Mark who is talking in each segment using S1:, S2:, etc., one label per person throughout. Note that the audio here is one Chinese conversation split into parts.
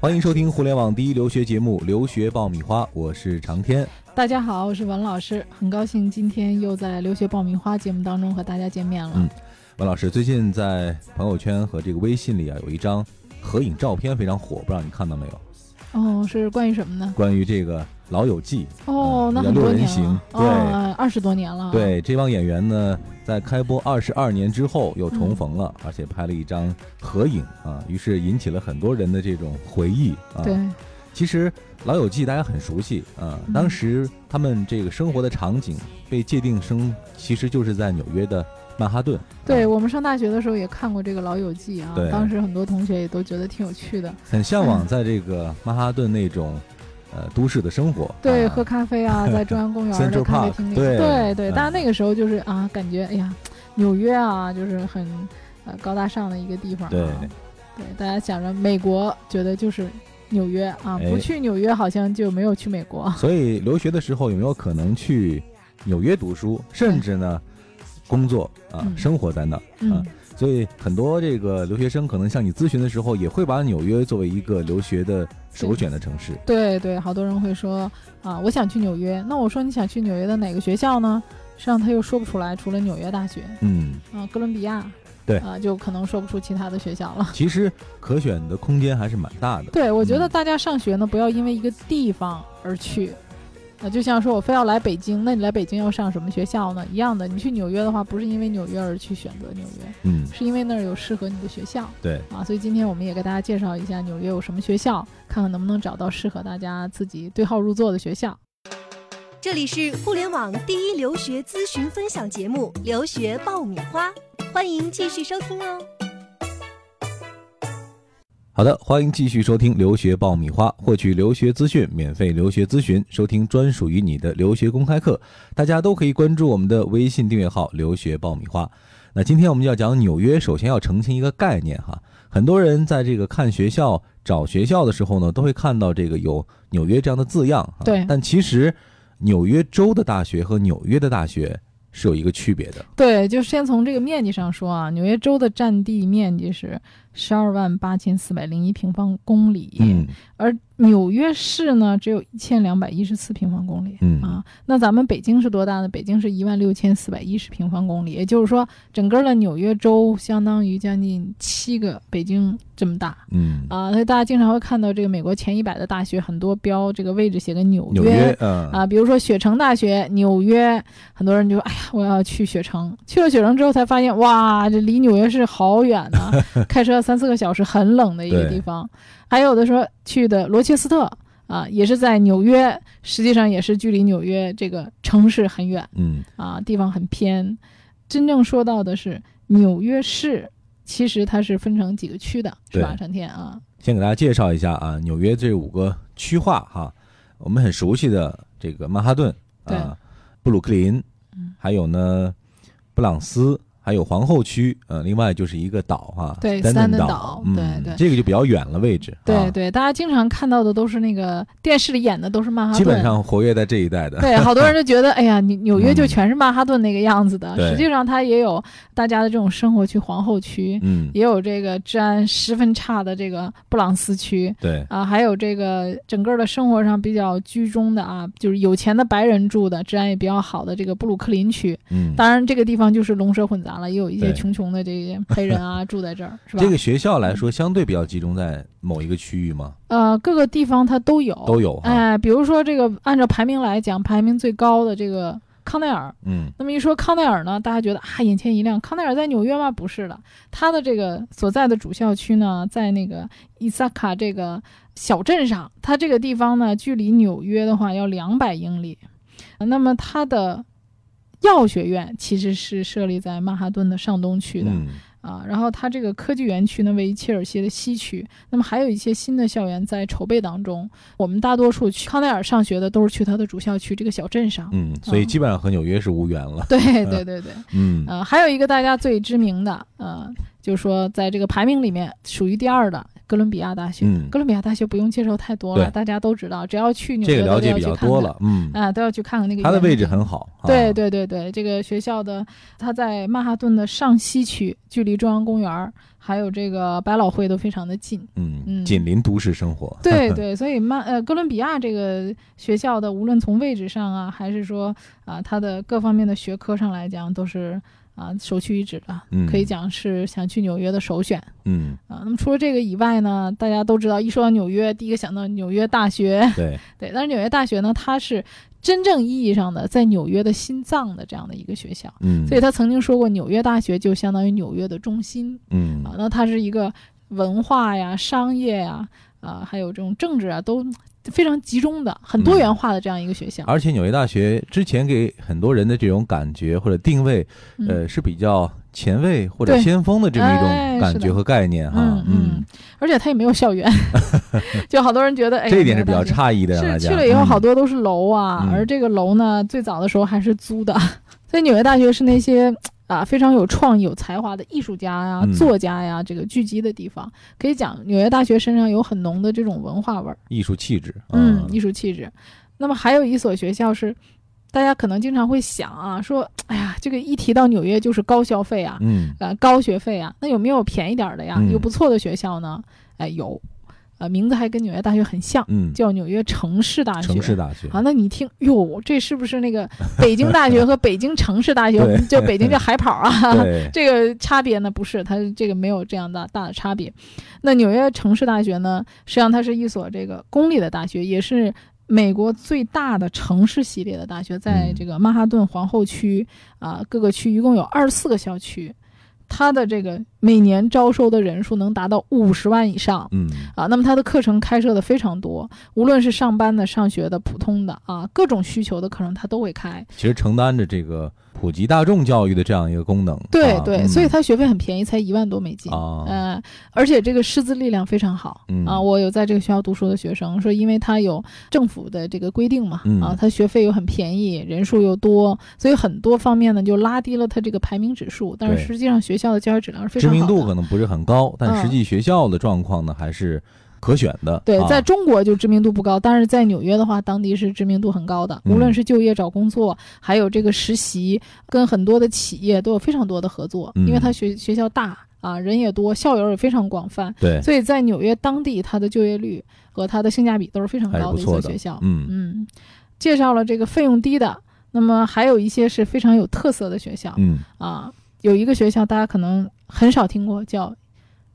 S1: 欢迎收听互联网第一留学节目《留学爆米花》，我是长天。
S2: 大家好，我是文老师，很高兴今天又在《留学爆米花》节目当中和大家见面了。
S1: 嗯文老师最近在朋友圈和这个微信里啊，有一张合影照片非常火，不知道你看到没有？嗯
S2: 哦，是关于什么呢？
S1: 关于这个《老友记》
S2: 哦，
S1: 嗯
S2: 那
S1: 叫
S2: 很
S1: 六
S2: 多
S1: 人
S2: 年
S1: 行
S2: 了，，哦，二十多年了。，
S1: 对，这帮演员呢，在开播二十二年之后又重逢了，
S2: 嗯
S1: 而且拍了一张合影啊，于是引起了很多人的这种回忆啊。
S2: 对，
S1: 其实《老友记》大家很熟悉啊，
S2: 嗯
S1: 当时他们这个生活的场景被界定成其实就是在纽约的曼哈顿。
S2: 对
S1: 啊
S2: 我们上大学的时候也看过这个《老友记》啊
S1: 对，啊
S2: 当时很多同学也都觉得挺有趣的。
S1: 很向往在这个曼哈顿那种呃都市的生活。
S2: 对，
S1: 啊
S2: 喝咖 啡啊，在中央公园
S1: Central
S2: 的咖啡
S1: Park，
S2: 厅里，
S1: 对
S2: 对对
S1: 嗯，
S2: 但是那个时候就是啊，感觉哎呀，纽约啊，就是很呃高大上的一个地方、啊。
S1: 对
S2: 对，大家想着美国，觉得就是纽约啊，
S1: 哎啊
S2: 不去纽约好像就没有去美国。
S1: 所以留学的时候有没有可能去纽约读书，甚至呢工作啊、
S2: 嗯
S1: 生活在那儿？啊
S2: 嗯，
S1: 所以很多这个留学生可能向你咨询的时候，也会把纽约作为一个留学的首选的城市。
S2: 对对，好多人会说啊，我想去纽约。那我说你想去纽约的哪个学校呢？实际上他又说不出来，除了纽约大学
S1: 嗯，
S2: 啊，哥伦比亚，
S1: 对
S2: 啊，就可能说不出其他的学校了。
S1: 其实可选的空间还是蛮大的。
S2: 对，我觉得
S1: 嗯
S2: 大家上学呢，不要因为一个地方而去。啊，就像说我非要来北京，那你来北京要上什么学校呢？一样的，你去纽约的话，不是因为纽约而去选择纽约，
S1: 嗯，
S2: 是因为那儿有适合你的学校。
S1: 对，
S2: 啊，所以今天我们也给大家介绍一下纽约有什么学校，看看能不能找到适合大家自己对号入座的学校。
S3: 这里是互联网第一留学咨询分享节目《留学爆米花》，欢迎继续收听哦。
S1: 好的，欢迎继续收听留学爆米花，获取留学资讯，免费留学咨询，收听专属于你的留学公开课。大家都可以关注我们的微信订阅号“留学爆米花”。那今天我们要讲纽约，首先要澄清一个概念哈，很多人在这个看学校、找学校的时候呢，都会看到这个有纽约这样的字样哈。
S2: 对
S1: 但其实纽约州的大学和纽约的大学是有一个区别的。
S2: 对，就先从这个面积上说啊，纽约州的占地面积是十二万八千四百零一平方公里，
S1: 嗯
S2: 而纽约市呢只有一千两百一十四平方公里。
S1: 嗯
S2: 啊，那咱们北京是多大呢？北京是一万六千四百一十平方公里，也就是说，整个的纽约州相当于将近七个北京这么大。
S1: 嗯，
S2: 啊，所以大家经常会看到这个美国前一百的大学很多标这个位置写个纽
S1: 纽约嗯
S2: 啊，比如说雪城大学、纽约，很多人就说：“哎呀，我要去雪城。”去了雪城之后才发现，哇，这离纽约市好远 呐、开车三四个小时，很冷的一个
S1: 对
S2: 地方。还有的说去的罗切斯特啊，也是在纽约，实际上也是距离纽约这个城市很远
S1: 嗯
S2: 啊，地方很偏。真正说到的是纽约市，其实它是分成几个区的，是吧
S1: 对？
S2: 陈天啊，
S1: 先给大家介绍一下啊，纽约这五个区划哈，我们很熟悉的这个曼哈顿
S2: 对
S1: 啊，布鲁克林，
S2: 嗯
S1: 还有呢布朗斯，还有皇后区，呃，另外就是一个岛哈，
S2: 对
S1: 丹
S2: 斯坦
S1: 顿岛
S2: 顿岛，
S1: 嗯
S2: 对对
S1: 这个就比较远了位置，
S2: 对
S1: 啊，
S2: 对，大家经常看到的都是那个电视里演的都是曼哈顿，
S1: 基本上活跃在这一带的，
S2: 对，好多人就觉得，哎呀，纽纽约就
S1: 嗯
S2: 全是曼哈顿那个样子的。
S1: 对
S2: 实际上，它也有大家的这种生活区、皇后区，
S1: 嗯，
S2: 也有这个治安十分差的这个布朗斯区
S1: 对，
S2: 啊，还有这个整个的生活上比较居中的啊，就是有钱的白人住的，治安也比较好的这个布鲁克林区。
S1: 嗯，
S2: 当然，这个地方就是龙蛇混杂了，也有一些
S1: 对
S2: 穷穷的这些黑人 啊住在这儿，是吧？
S1: 这个学校来说相对比较集中在某一个区域嘛，
S2: 呃，各个地方它都有，
S1: 都有哈，
S2: 哎，比如说这个按照排名来讲，排名最高的这个康奈尔。
S1: 嗯，
S2: 那么一说康奈尔呢，大家觉得啊眼前一亮，康奈尔在纽约吗？不是的，他的这个所在的主校区呢，在那个伊萨卡这个小镇上，它这个地方呢，距离纽约的话要两百英里。呃那么它的药学院其实是设立在曼哈顿的上东区的、
S1: 嗯，
S2: 啊，然后它这个科技园区呢位于切尔西的西区，那么还有一些新的校园在筹备当中。我们大多数去康奈尔上学的都是去它的主校区这个小镇上。
S1: 嗯，所以
S2: 啊
S1: 基本上和纽约是无缘了，
S2: 对对对对。
S1: 嗯，
S2: 呃，还有一个大家最知名的，呃，就是说在这个排名里面属于第二的哥伦比亚大学。
S1: 嗯
S2: 哥伦比亚大学不用介绍太多了，
S1: 对
S2: 大家都知道，只要去纽
S1: 这
S2: 约
S1: 个
S2: 的
S1: 了
S2: 都
S1: 解
S2: 要
S1: 比
S2: 去
S1: 较
S2: 看看
S1: 多了，嗯，
S2: 啊，都要去看看那个
S1: 它的
S2: 园林
S1: 位置很好，啊
S2: 对，对对对，这个学校的它在曼哈顿的上西区，距离中央公园儿还有这个百老汇都非常的 近。
S1: 嗯，
S2: 嗯
S1: 紧邻都市生活，
S2: 对对，所以曼呃哥伦比亚这个学校的，无论从位置上啊，还是说啊、它的各方面的学科上来讲，都是啊、首屈一指的，
S1: 嗯
S2: 可以讲是想去纽约的首选
S1: 嗯，
S2: 啊、那么除了这个以外呢，大家都知道，一说到纽约，第一个想到纽约大学，
S1: 对，
S2: 对，但是纽约大学呢，它是真正意义上的在纽约的心脏的这样的一个学校。
S1: 嗯，
S2: 所以他曾经说过，纽约大学就相当于纽约的中心
S1: 嗯
S2: 啊。那它是一个文化呀、商业呀、啊、还有这种政治啊，都非常集中的、很多元化的这样一个学校。
S1: 而且纽约大学之前给很多人的这种感觉或者定位，
S2: 嗯
S1: 呃，是比较前卫或者
S2: 对
S1: 先锋的这么一种
S2: 哎是
S1: 感觉
S2: 的
S1: 和概念哈
S2: 嗯，嗯，而且它也没有校园， 就好多人觉得，哎，
S1: 这一点是比较
S2: 纽约大学。
S1: 诧异的，让大
S2: 是
S1: 家嗯
S2: 去了以后，好
S1: 多
S2: 多都是楼啊，
S1: 嗯
S2: 而这个楼呢，最早的时候还是租的，所以纽约大学是那些啊非常有创意、有才华的艺术家呀、
S1: 嗯
S2: 作家呀这个聚集的地方。可以讲，纽约大学身上有很浓的这种文化味儿，
S1: 艺术气质，啊
S2: 嗯，艺术气质。那么还有一所学校是，大家可能经常会想啊，说，哎呀，这个一提到纽约就是高消费啊，
S1: 嗯
S2: 呃，高学费啊，那有没有便宜点儿的呀？
S1: 嗯
S2: 有不错的学校呢？哎，有，呃，名字还跟纽约大学很像。
S1: 嗯，
S2: 叫纽约城市大学。
S1: 城市大学
S2: 啊，那你听，哟，这是不是那个北京大学和北京城市大学
S1: 对，
S2: 就北京这海跑啊？
S1: 对，
S2: 这个差别呢，不是它这个没有这样大大的差别。那纽约城市大学呢，实际上它是一所这个公立的大学，也是美国最大的城市系列的大学，在
S1: 嗯
S2: 这个曼哈顿皇后区啊、各个区一共有二十四个校区，它的这个每年招收的人数能达到五十万以上。
S1: 嗯
S2: 啊，那么它的课程开设的非常多，无论是上班的、上学的、普通的啊，各种需求的课程它都会开。
S1: 其实承担着这个普及大众教育的这样一个功能。
S2: 对、
S1: 啊
S2: 对，
S1: 嗯
S2: 所以它学费很便宜，才一万多美金。
S1: 啊
S2: 呃，而且这个师资力量非常好、
S1: 嗯
S2: 啊！我有在这个学校读书的学生说，因为它有政府的这个规定嘛，
S1: 嗯
S2: 啊，它学费又很便宜，人数又多，所以很多方面呢就拉低了它这个排名指数。但
S1: 对
S2: 是实际上学校的教育质量是非
S1: 知
S2: 常好
S1: 名
S2: 的。
S1: 度可能不是很高，但
S2: 嗯
S1: 实际学校的状况呢还是可选的。
S2: 对，
S1: 啊
S2: 在中国就知名度不高，但是在纽约的话，当地是知名度很高的。
S1: 嗯
S2: 无论是就业找工作，还有这个实习，跟很多的企业都有非常多的合作，
S1: 嗯
S2: 因为它学学校大啊，人也多，校友也非常广泛，
S1: 对
S2: 所以在纽约当地，它的就业率和它的性价比都是非常
S1: 还是
S2: 高
S1: 不
S2: 一
S1: 错
S2: 所
S1: 的
S2: 学校。
S1: 嗯
S2: 嗯，介绍了这个费用低的，那么还有一些是非常有特色的学校、
S1: 嗯
S2: 啊，有一个学校大家可能很少听过，叫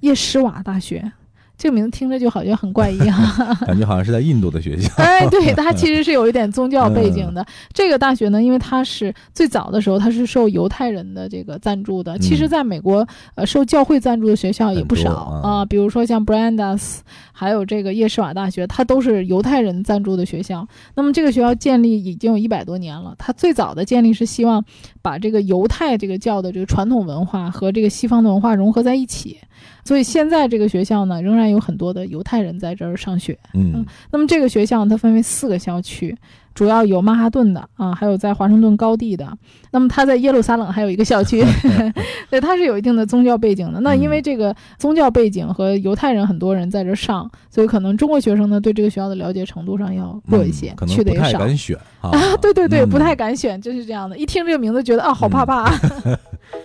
S2: 叶施瓦大学。这个名字听着就好像很怪异啊，
S1: 嗯感觉好像是在印度的学 校。
S2: 哎，对，它其实是有一点宗教背景
S1: 嗯
S2: 的。这个大学呢，因为它是最早的时候，它是受犹太人的这个赞助的。其实，
S1: 嗯
S2: 在美国，呃，受教会赞助的学校也
S1: 很
S2: 不
S1: 多
S2: 少
S1: 啊
S2: 比如说像 Brandeis，还有这个耶施瓦大学，它都是犹太人赞助的学校。那么，这个学校建立已经有一百多年了。它最早的建立是希望把这个犹太这个教的这个传统文化和这个西方的文化融合在一起。所以，现在这个学校呢，仍然有很多的犹太人在这儿上学。
S1: 嗯
S2: 那么这个学校它分为四个校区，主要有曼哈顿的啊，还有在华盛顿高地的。那么它在耶路撒冷还有一个校区， 对，它是有一定的宗教背景的。那因为
S1: 嗯
S2: 这个宗教背景和犹太人很多人在这上，所以可能中国学生呢对这个学校的了解程度上要弱一些，
S1: 嗯可能
S2: 去的
S1: 不
S2: 也
S1: 太
S2: 少。
S1: 敢选啊。
S2: 啊， 对对对，
S1: 嗯
S2: 不太敢选，真是这样的。一听这个名字，觉得啊，好怕
S1: 嗯
S2: 怕啊。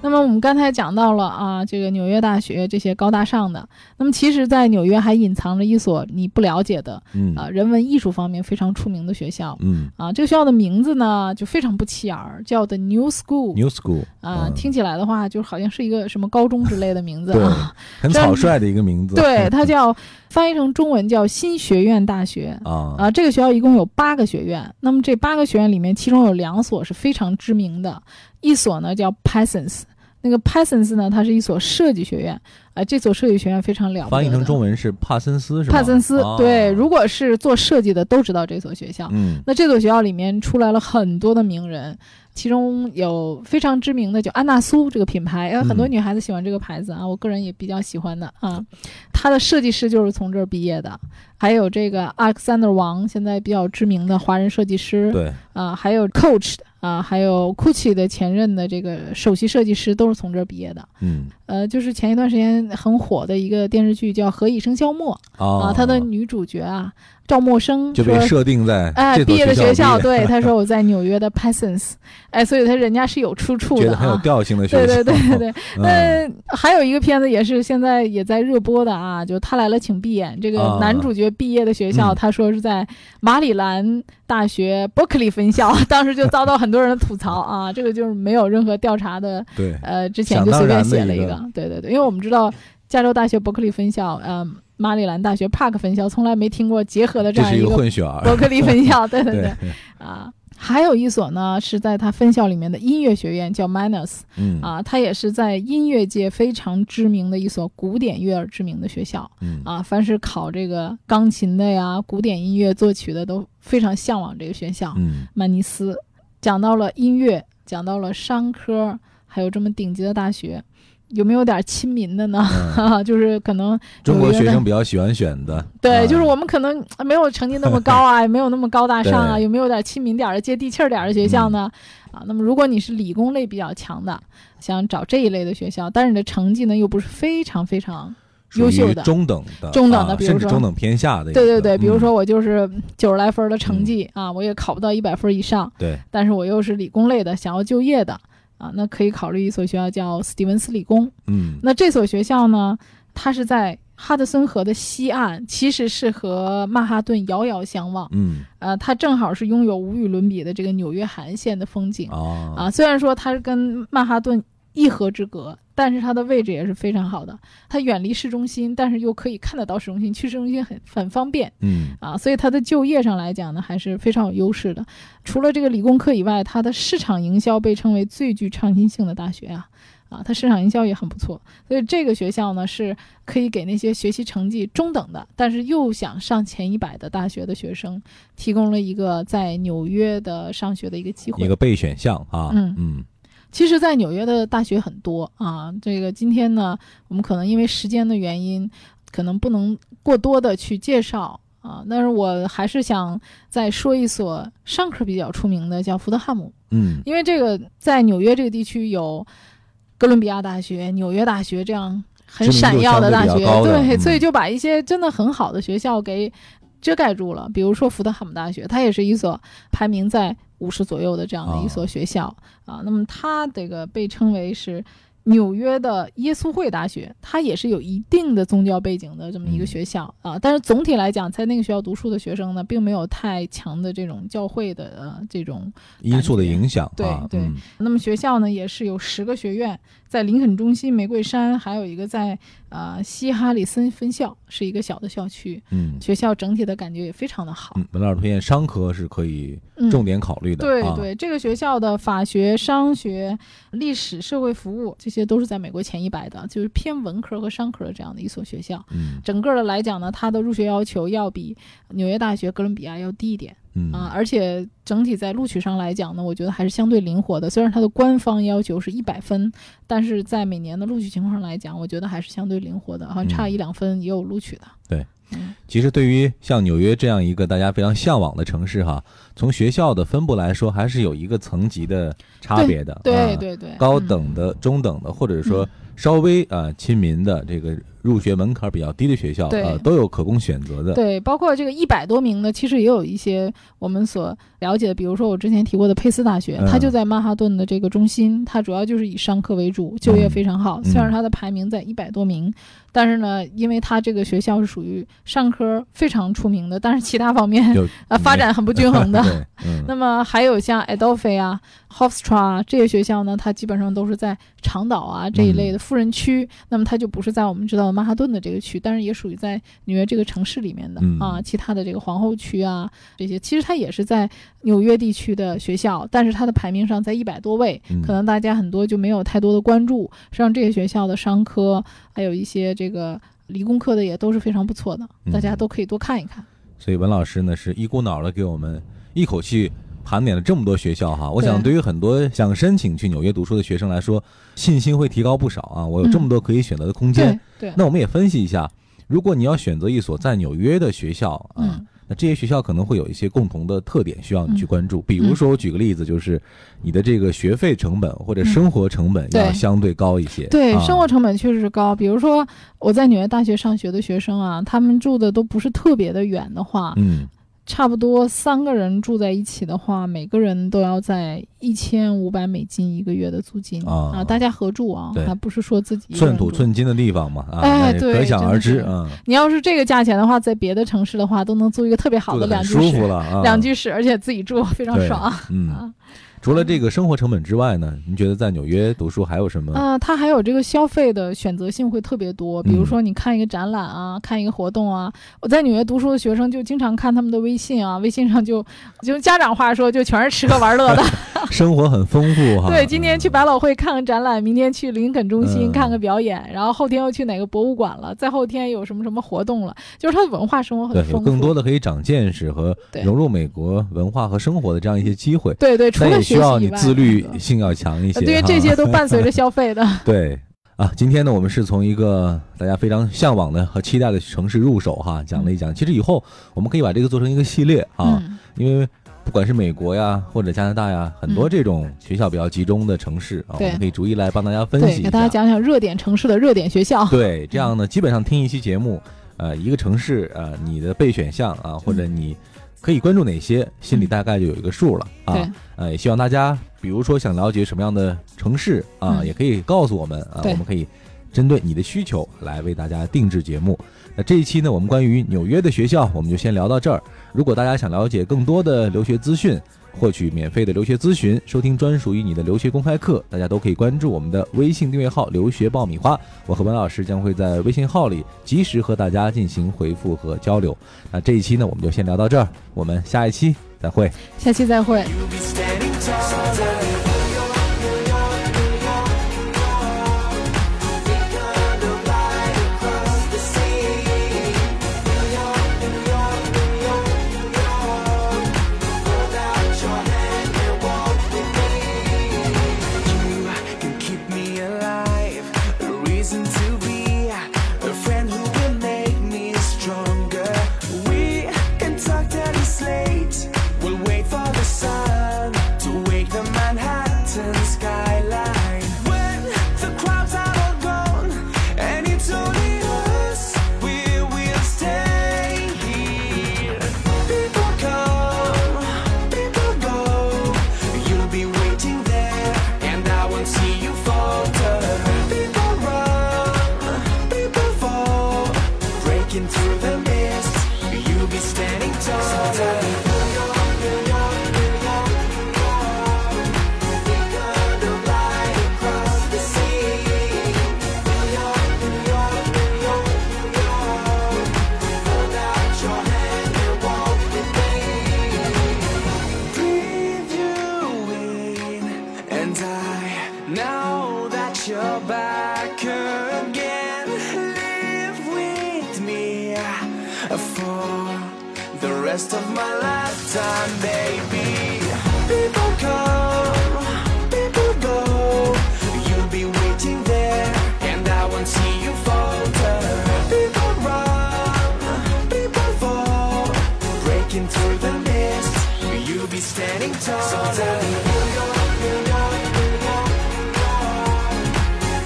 S2: 那么我们刚才讲到了啊，这个纽约大学这些高大上的，那么其实，在纽约还隐藏着一所你不了解的
S1: 嗯
S2: 啊、人文艺术方面非常出名的学校
S1: 嗯
S2: 啊。这个学校的名字呢就非常不起眼儿，叫 The New School
S1: ，New School
S2: 啊、
S1: 嗯
S2: 听起来的话就好像是一个什么高中之类的名字
S1: 对
S2: 啊。，
S1: 很
S2: 但
S1: 草
S2: 是
S1: 率的一个名字。
S2: 对，它叫翻译成中文叫新学院大学。
S1: 啊
S2: 啊，这个学校一共有八个学院，那么这八个学院里面，其中有两所是非常知名的，一所呢叫 Parsons 那个帕森斯呢，它是一所设计学院，啊、这所设计学院非常了不得的。
S1: 翻译成中文是帕森斯是吧？
S2: 帕森斯，
S1: 啊
S2: 对，如果是做设计的都知道这所学校。
S1: 嗯
S2: 那这所学校里面出来了很多的名人，其中有非常知名的就安娜苏这个品牌，呃，
S1: 嗯
S2: 很多女孩子喜欢这个牌子啊，我个人也比较喜欢的啊。他的设计师就是从这儿毕业的，还有这个 Alexander 王，现在比较知名的华人设计师，
S1: 对，
S2: 啊，还有 Coach 啊，还有 Gucci 的前任的这个首席设计师都是从这儿毕业的。
S1: 嗯
S2: 呃，就是前一段时间很火的一个电视剧叫《何以笙箫默》啊，
S1: 啊
S2: 它的女主角啊赵默笙
S1: 就
S2: 说
S1: 被设定在
S2: 哎
S1: 这
S2: 毕
S1: 所
S2: 业的学
S1: 校
S2: 校，对他说我在纽约的 Parsons，哎，所以他人家是有出处
S1: 觉
S2: 的
S1: 得很有
S2: 啊。
S1: 调性的学
S2: 对
S1: 校，
S2: 对对对对，
S1: 嗯，
S2: 那还有一个片子也是现在也在热播的啊，就他来了，请闭眼。这个
S1: 啊
S2: 男主角毕业的学校，
S1: 嗯
S2: 他说是在马里兰大学伯克利分校， 当时就遭到很多人的吐槽啊。这个就是没有任何调查的，
S1: 对，
S2: 呃，之前
S1: 想
S2: 就
S1: 当
S2: 随便
S1: 然的
S2: 写
S1: 一
S2: 了一
S1: 个
S2: 个。对对对，因为我们知道加州大学伯克利分校，呃，马里兰大学帕克分校，从来没听过结合的这
S1: 这
S2: 样
S1: 是
S2: 一
S1: 一个
S2: 个
S1: 混血儿，
S2: 伯克利分校。 对对对
S1: 对，，
S2: 啊。还有一所呢，是在他分校里面的音乐学院，叫 Minus。
S1: 嗯
S2: 啊，它也是在音乐界非常知名的一所古典乐知名的学校
S1: 嗯
S2: 啊。凡是考这个钢琴的呀、古典音乐作曲的，都非常向往这个学校。
S1: 嗯
S2: 曼尼斯讲到了音乐，讲到了商科，还有这么顶级的大学，有没有点亲民的呢？
S1: 嗯，
S2: 就是可能
S1: 中国
S2: 纽约
S1: 学
S2: 的
S1: 生比较喜欢选的，
S2: 对，
S1: 啊
S2: 就是我们可能呃没有成绩那么高啊，也没有那么高大上啊，
S1: 对嗯
S2: 有没有点亲民点儿的、接地气儿点儿的学校呢？啊，那么如果你是理工类比较强的，想找这一类的学校，但是你的成绩呢又不是非常非常，
S1: 属
S2: 优秀
S1: 于
S2: 的
S1: 中等的、
S2: 中等的
S1: 啊
S2: 比如
S1: 甚至
S2: 说
S1: 中等偏下的一个。
S2: 对对对，比如
S1: 嗯
S2: 说我就是九十来分儿的成绩、啊，我也考不到一百分儿以上，
S1: 对，
S2: 但是我又是理工类的，想要就业的啊，那可以考虑一所学校叫史蒂文斯理工。
S1: 嗯
S2: 那这所学校呢，它是在哈德森河的西岸，其实是和曼哈顿遥遥相望。
S1: 嗯
S2: 呃，它正好是拥有无与伦比的这个纽约海岸线的风景
S1: 啊
S2: 啊。虽然说它是跟曼哈顿一河之隔，但是它的位置也是非常好的。它远离市中心，但是又可以看得到市中心，去市中心很很方便
S1: 嗯
S2: 啊。所以它的就业上来讲呢，还是非常有优势的。除了这个理工科以外，它的市场营销被称为最具创新性的大学啊。啊，它市场营销也很不错，所以这个学校呢是可以给那些学习成绩中等的，但是又想上前一百的大学的学生提供了一个在纽约的上学的一个机会。
S1: 一个备选项啊，
S2: 嗯
S1: 嗯
S2: 其实，在纽约的大学很多啊。这个今天呢，我们可能因为时间的原因，可能不能过多的去介绍啊。但是我还是想再说一所上课比较出名的，叫福特汉姆，
S1: 嗯
S2: 因为这个在纽约这个地区有哥伦比亚大学、纽约大学这样很闪耀大
S1: 知
S2: 学，
S1: 名度相对比较高的
S2: 对，
S1: 嗯
S2: 所以就把一些真的很好的学校给遮盖住了。比如说福特汉姆大学，它也是一所排名在五十左右的这样的一所学校啊那么它这个被称为是。纽约的耶稣会大学，它也是有一定的宗教背景的这么一个
S1: 嗯
S2: 学校、啊，但是总体来讲，在那个学校读书的学生呢，并没有太强的这种教会的、呃、这种
S1: 因素的影响
S2: 对
S1: 啊，
S2: 对
S1: 嗯
S2: 那么学校呢，也是有十个学院，在林肯中心、玫瑰山，还有一个在呃西哈里森分校，是一个小的校区。
S1: 嗯
S2: 学校整体的感觉也非常的好。
S1: 嗯，文老师推荐商科是可以
S2: 嗯
S1: 重点考虑的，
S2: 对
S1: 啊，
S2: 对，这个学校的法学、商学、历史、社会服务，这些都是在美国前一百的，就是偏文科和商科的这样的一所学校。
S1: 嗯
S2: 整个的来讲呢，它的入学要求要比纽约大学、哥伦比亚要低一点。
S1: 嗯
S2: 啊，而且整体在录取上来讲呢，我觉得还是相对灵活的。虽然它的官方要求是一百分，但是在每年的录取情况上来讲，我觉得还是相对灵活的，好像差
S1: 嗯
S2: 一两分也有录取的。嗯
S1: 其实对于像纽约这样一个大家非常向往的城市哈，从学校的分布来说，还是有一个层级的差别的，
S2: 对
S1: 啊
S2: 对对，
S1: 高
S2: 嗯
S1: 等的、中等的，或者说稍微啊亲民的这个入学门槛比较低的学校
S2: 对
S1: 啊，都有可供选择的。
S2: 对，包括这个一百多名的，其实也有一些我们所了解的，比如说我之前提过的佩斯大学，它
S1: 嗯
S2: 就在曼哈顿的这个中心，它主要就是以商科为主，就业
S1: 嗯
S2: 非常好。虽然
S1: 嗯
S2: 它的排名在一百多名，但是呢，因为它这个学校是属于上科非常出名的，但是其他方面
S1: 就
S2: 呃发展很不均衡的。
S1: 对，嗯，
S2: 那么还有
S1: 嗯
S2: 像 Adolphe 啊、Hofstra 啊这些学校呢，它基本上都是在长岛啊这一类的富人区，那么它就不是在我们知道的曼哈顿的这个区，但是也属于在纽约这个城市里面的、
S1: 嗯
S2: 啊。其他的这个皇后区啊，这些其实它也是在纽约地区的学校，但是它的排名上在一百多位，
S1: 嗯
S2: 可能大家很多就没有太多的关注。实际上，这些学校的商科还有一些这个理工科的也都是非常不错的，大家
S1: 嗯
S2: 都可以多看一看。
S1: 所以文老师呢是一股脑的给我们一口气盘点了这么多学校哈。我想对于很多想申请去纽约读书的学生来说，信心会提高不少啊。我有这么多可以选择的空间。
S2: 对对，
S1: 那我啊们也分析一下，如果你要选择一所在纽约的学校啊。
S2: 嗯
S1: 那这些学校可能会有一些共同的特点需要你去关注，比如
S2: 嗯
S1: 说我举个例子，就是你的这个学费成本或者生活成本
S2: 对
S1: 要相对高一些。
S2: 对，
S1: 啊
S2: 生活成本确实是高。比如说我在纽约大学上学的学生啊，他们住的都不是特别的远的话，
S1: 嗯
S2: 差不多三个人住在一起的话，每个人都要在一千五百美金一个月的租金
S1: 啊
S2: 大家合住啊
S1: 对，
S2: 还不是说自己一个人
S1: 寸土
S2: 住
S1: 寸金的地方嘛啊，
S2: 哎
S1: 那
S2: 对
S1: 可想而知
S2: 真的是
S1: 啊，
S2: 你要是这个价钱的话，在别的城市的话，都能租一个特别好
S1: 住
S2: 的
S1: 的
S2: 两
S1: 很
S2: 居
S1: 舒服
S2: 室，
S1: 了啊，
S2: 两居室，而且自己住非常
S1: 对
S2: 爽。
S1: 嗯
S2: 啊，
S1: 除了这个生活成本之外呢，您觉得在纽约读书还有什么？
S2: 啊、它还有这个消费的选择性会特别多，比
S1: 嗯
S2: 如说你看一个展览啊，看一个活动啊。我在纽约读书的学生就经常看他们的微信啊， 微信上就就用家长话说，就全是吃喝玩 乐的。
S1: 生活很丰富哈。
S2: 对，今天去
S1: 嗯
S2: 百老汇看个展览，明天去林肯中心
S1: 嗯
S2: 看个表演，然后后天又去哪个博物馆了，再后天有什么什么活动了，就是它的文化生活很
S1: 对
S2: 丰
S1: 有
S2: 富。
S1: 更多的可以长见识和
S2: 对
S1: 融入美国文化和生活的这样一些机会，
S2: 对对， 除
S1: 但
S2: 了
S1: 也
S2: 学习
S1: 需
S2: 以
S1: 要
S2: 外，
S1: 你自律性要强一些
S2: 呃
S1: 哈。
S2: 对于这些都伴随着 消费的。
S1: 对啊，今天呢，我们是从一个大家非常向往的和期待的城市入手哈，讲了一讲。其实以后我们可以把这个做成一个系列啊，
S2: 嗯
S1: 因为不管是美国呀，或者加拿大呀，很多
S2: 嗯
S1: 这种学校比较集中的城市啊，我
S2: 对
S1: 们可以逐一来帮大家分析
S2: 对，
S1: 一
S2: 给
S1: 下。
S2: 大家讲嗯讲热点城市的热点学校。
S1: 对，这样呢，基本上听一期节目，呃，一个城市，呃，你的备选项啊，或者
S2: 嗯
S1: 你可以关注哪些，心里大概就有一个数了啊。
S2: 对
S1: 呃，也希望大家，比如说想了解什么样的城市啊，
S2: 嗯
S1: 也可以告诉我们啊，
S2: 对
S1: 我们可以针对你的需求来为大家定制节目。那这一期呢，我们关于纽约的学校，我们就先聊到这儿。如果大家想了解更多的留学资讯，获取免费的留学咨询，收听专属于你的留学公开课，大家都可以关注我们的微信订阅号“留学爆米花”。我和文老师将会在微信号里及时和大家进行回复和交流。那这一期呢，我们就先聊到这儿，我们下一期再会。
S2: 下期再会。
S4: You'll be standing tall. You can keep me alive, a reason to be, a friend who will make me stronger. We can talk till it's late. We'll wait for the sun to wake the Manhattan skyline. When the clouds are all gone and it's only us, we will stay here. People come, people go. You'll be waiting there, and I won't see you falter. People run, people fall, breaking through the mist. You'll be standing tall. New York, New York, New York, New York. Beacon of light across the sea. New York, New York, New York, New York. Hold out your hand and walk with me. Breathe you in, and I know that you're back again. Live with me for the rest of my lifetime, baby. People come, people go. You'll be waiting there, and I won't see you falter. People run, people fall, breaking through the mist. You'll be standing tall. So tell me, New York, New York, New York, New York.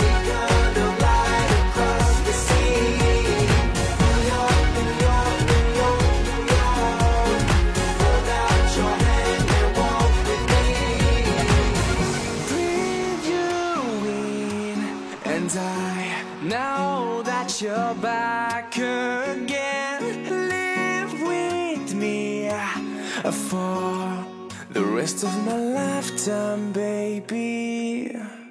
S4: Beacon of light across the sea. New York, New York, New York, New York. Hold out your hand and walk with me. Breathe you in, and I know that you're back again. Live with me for the rest of my lifetime, baby.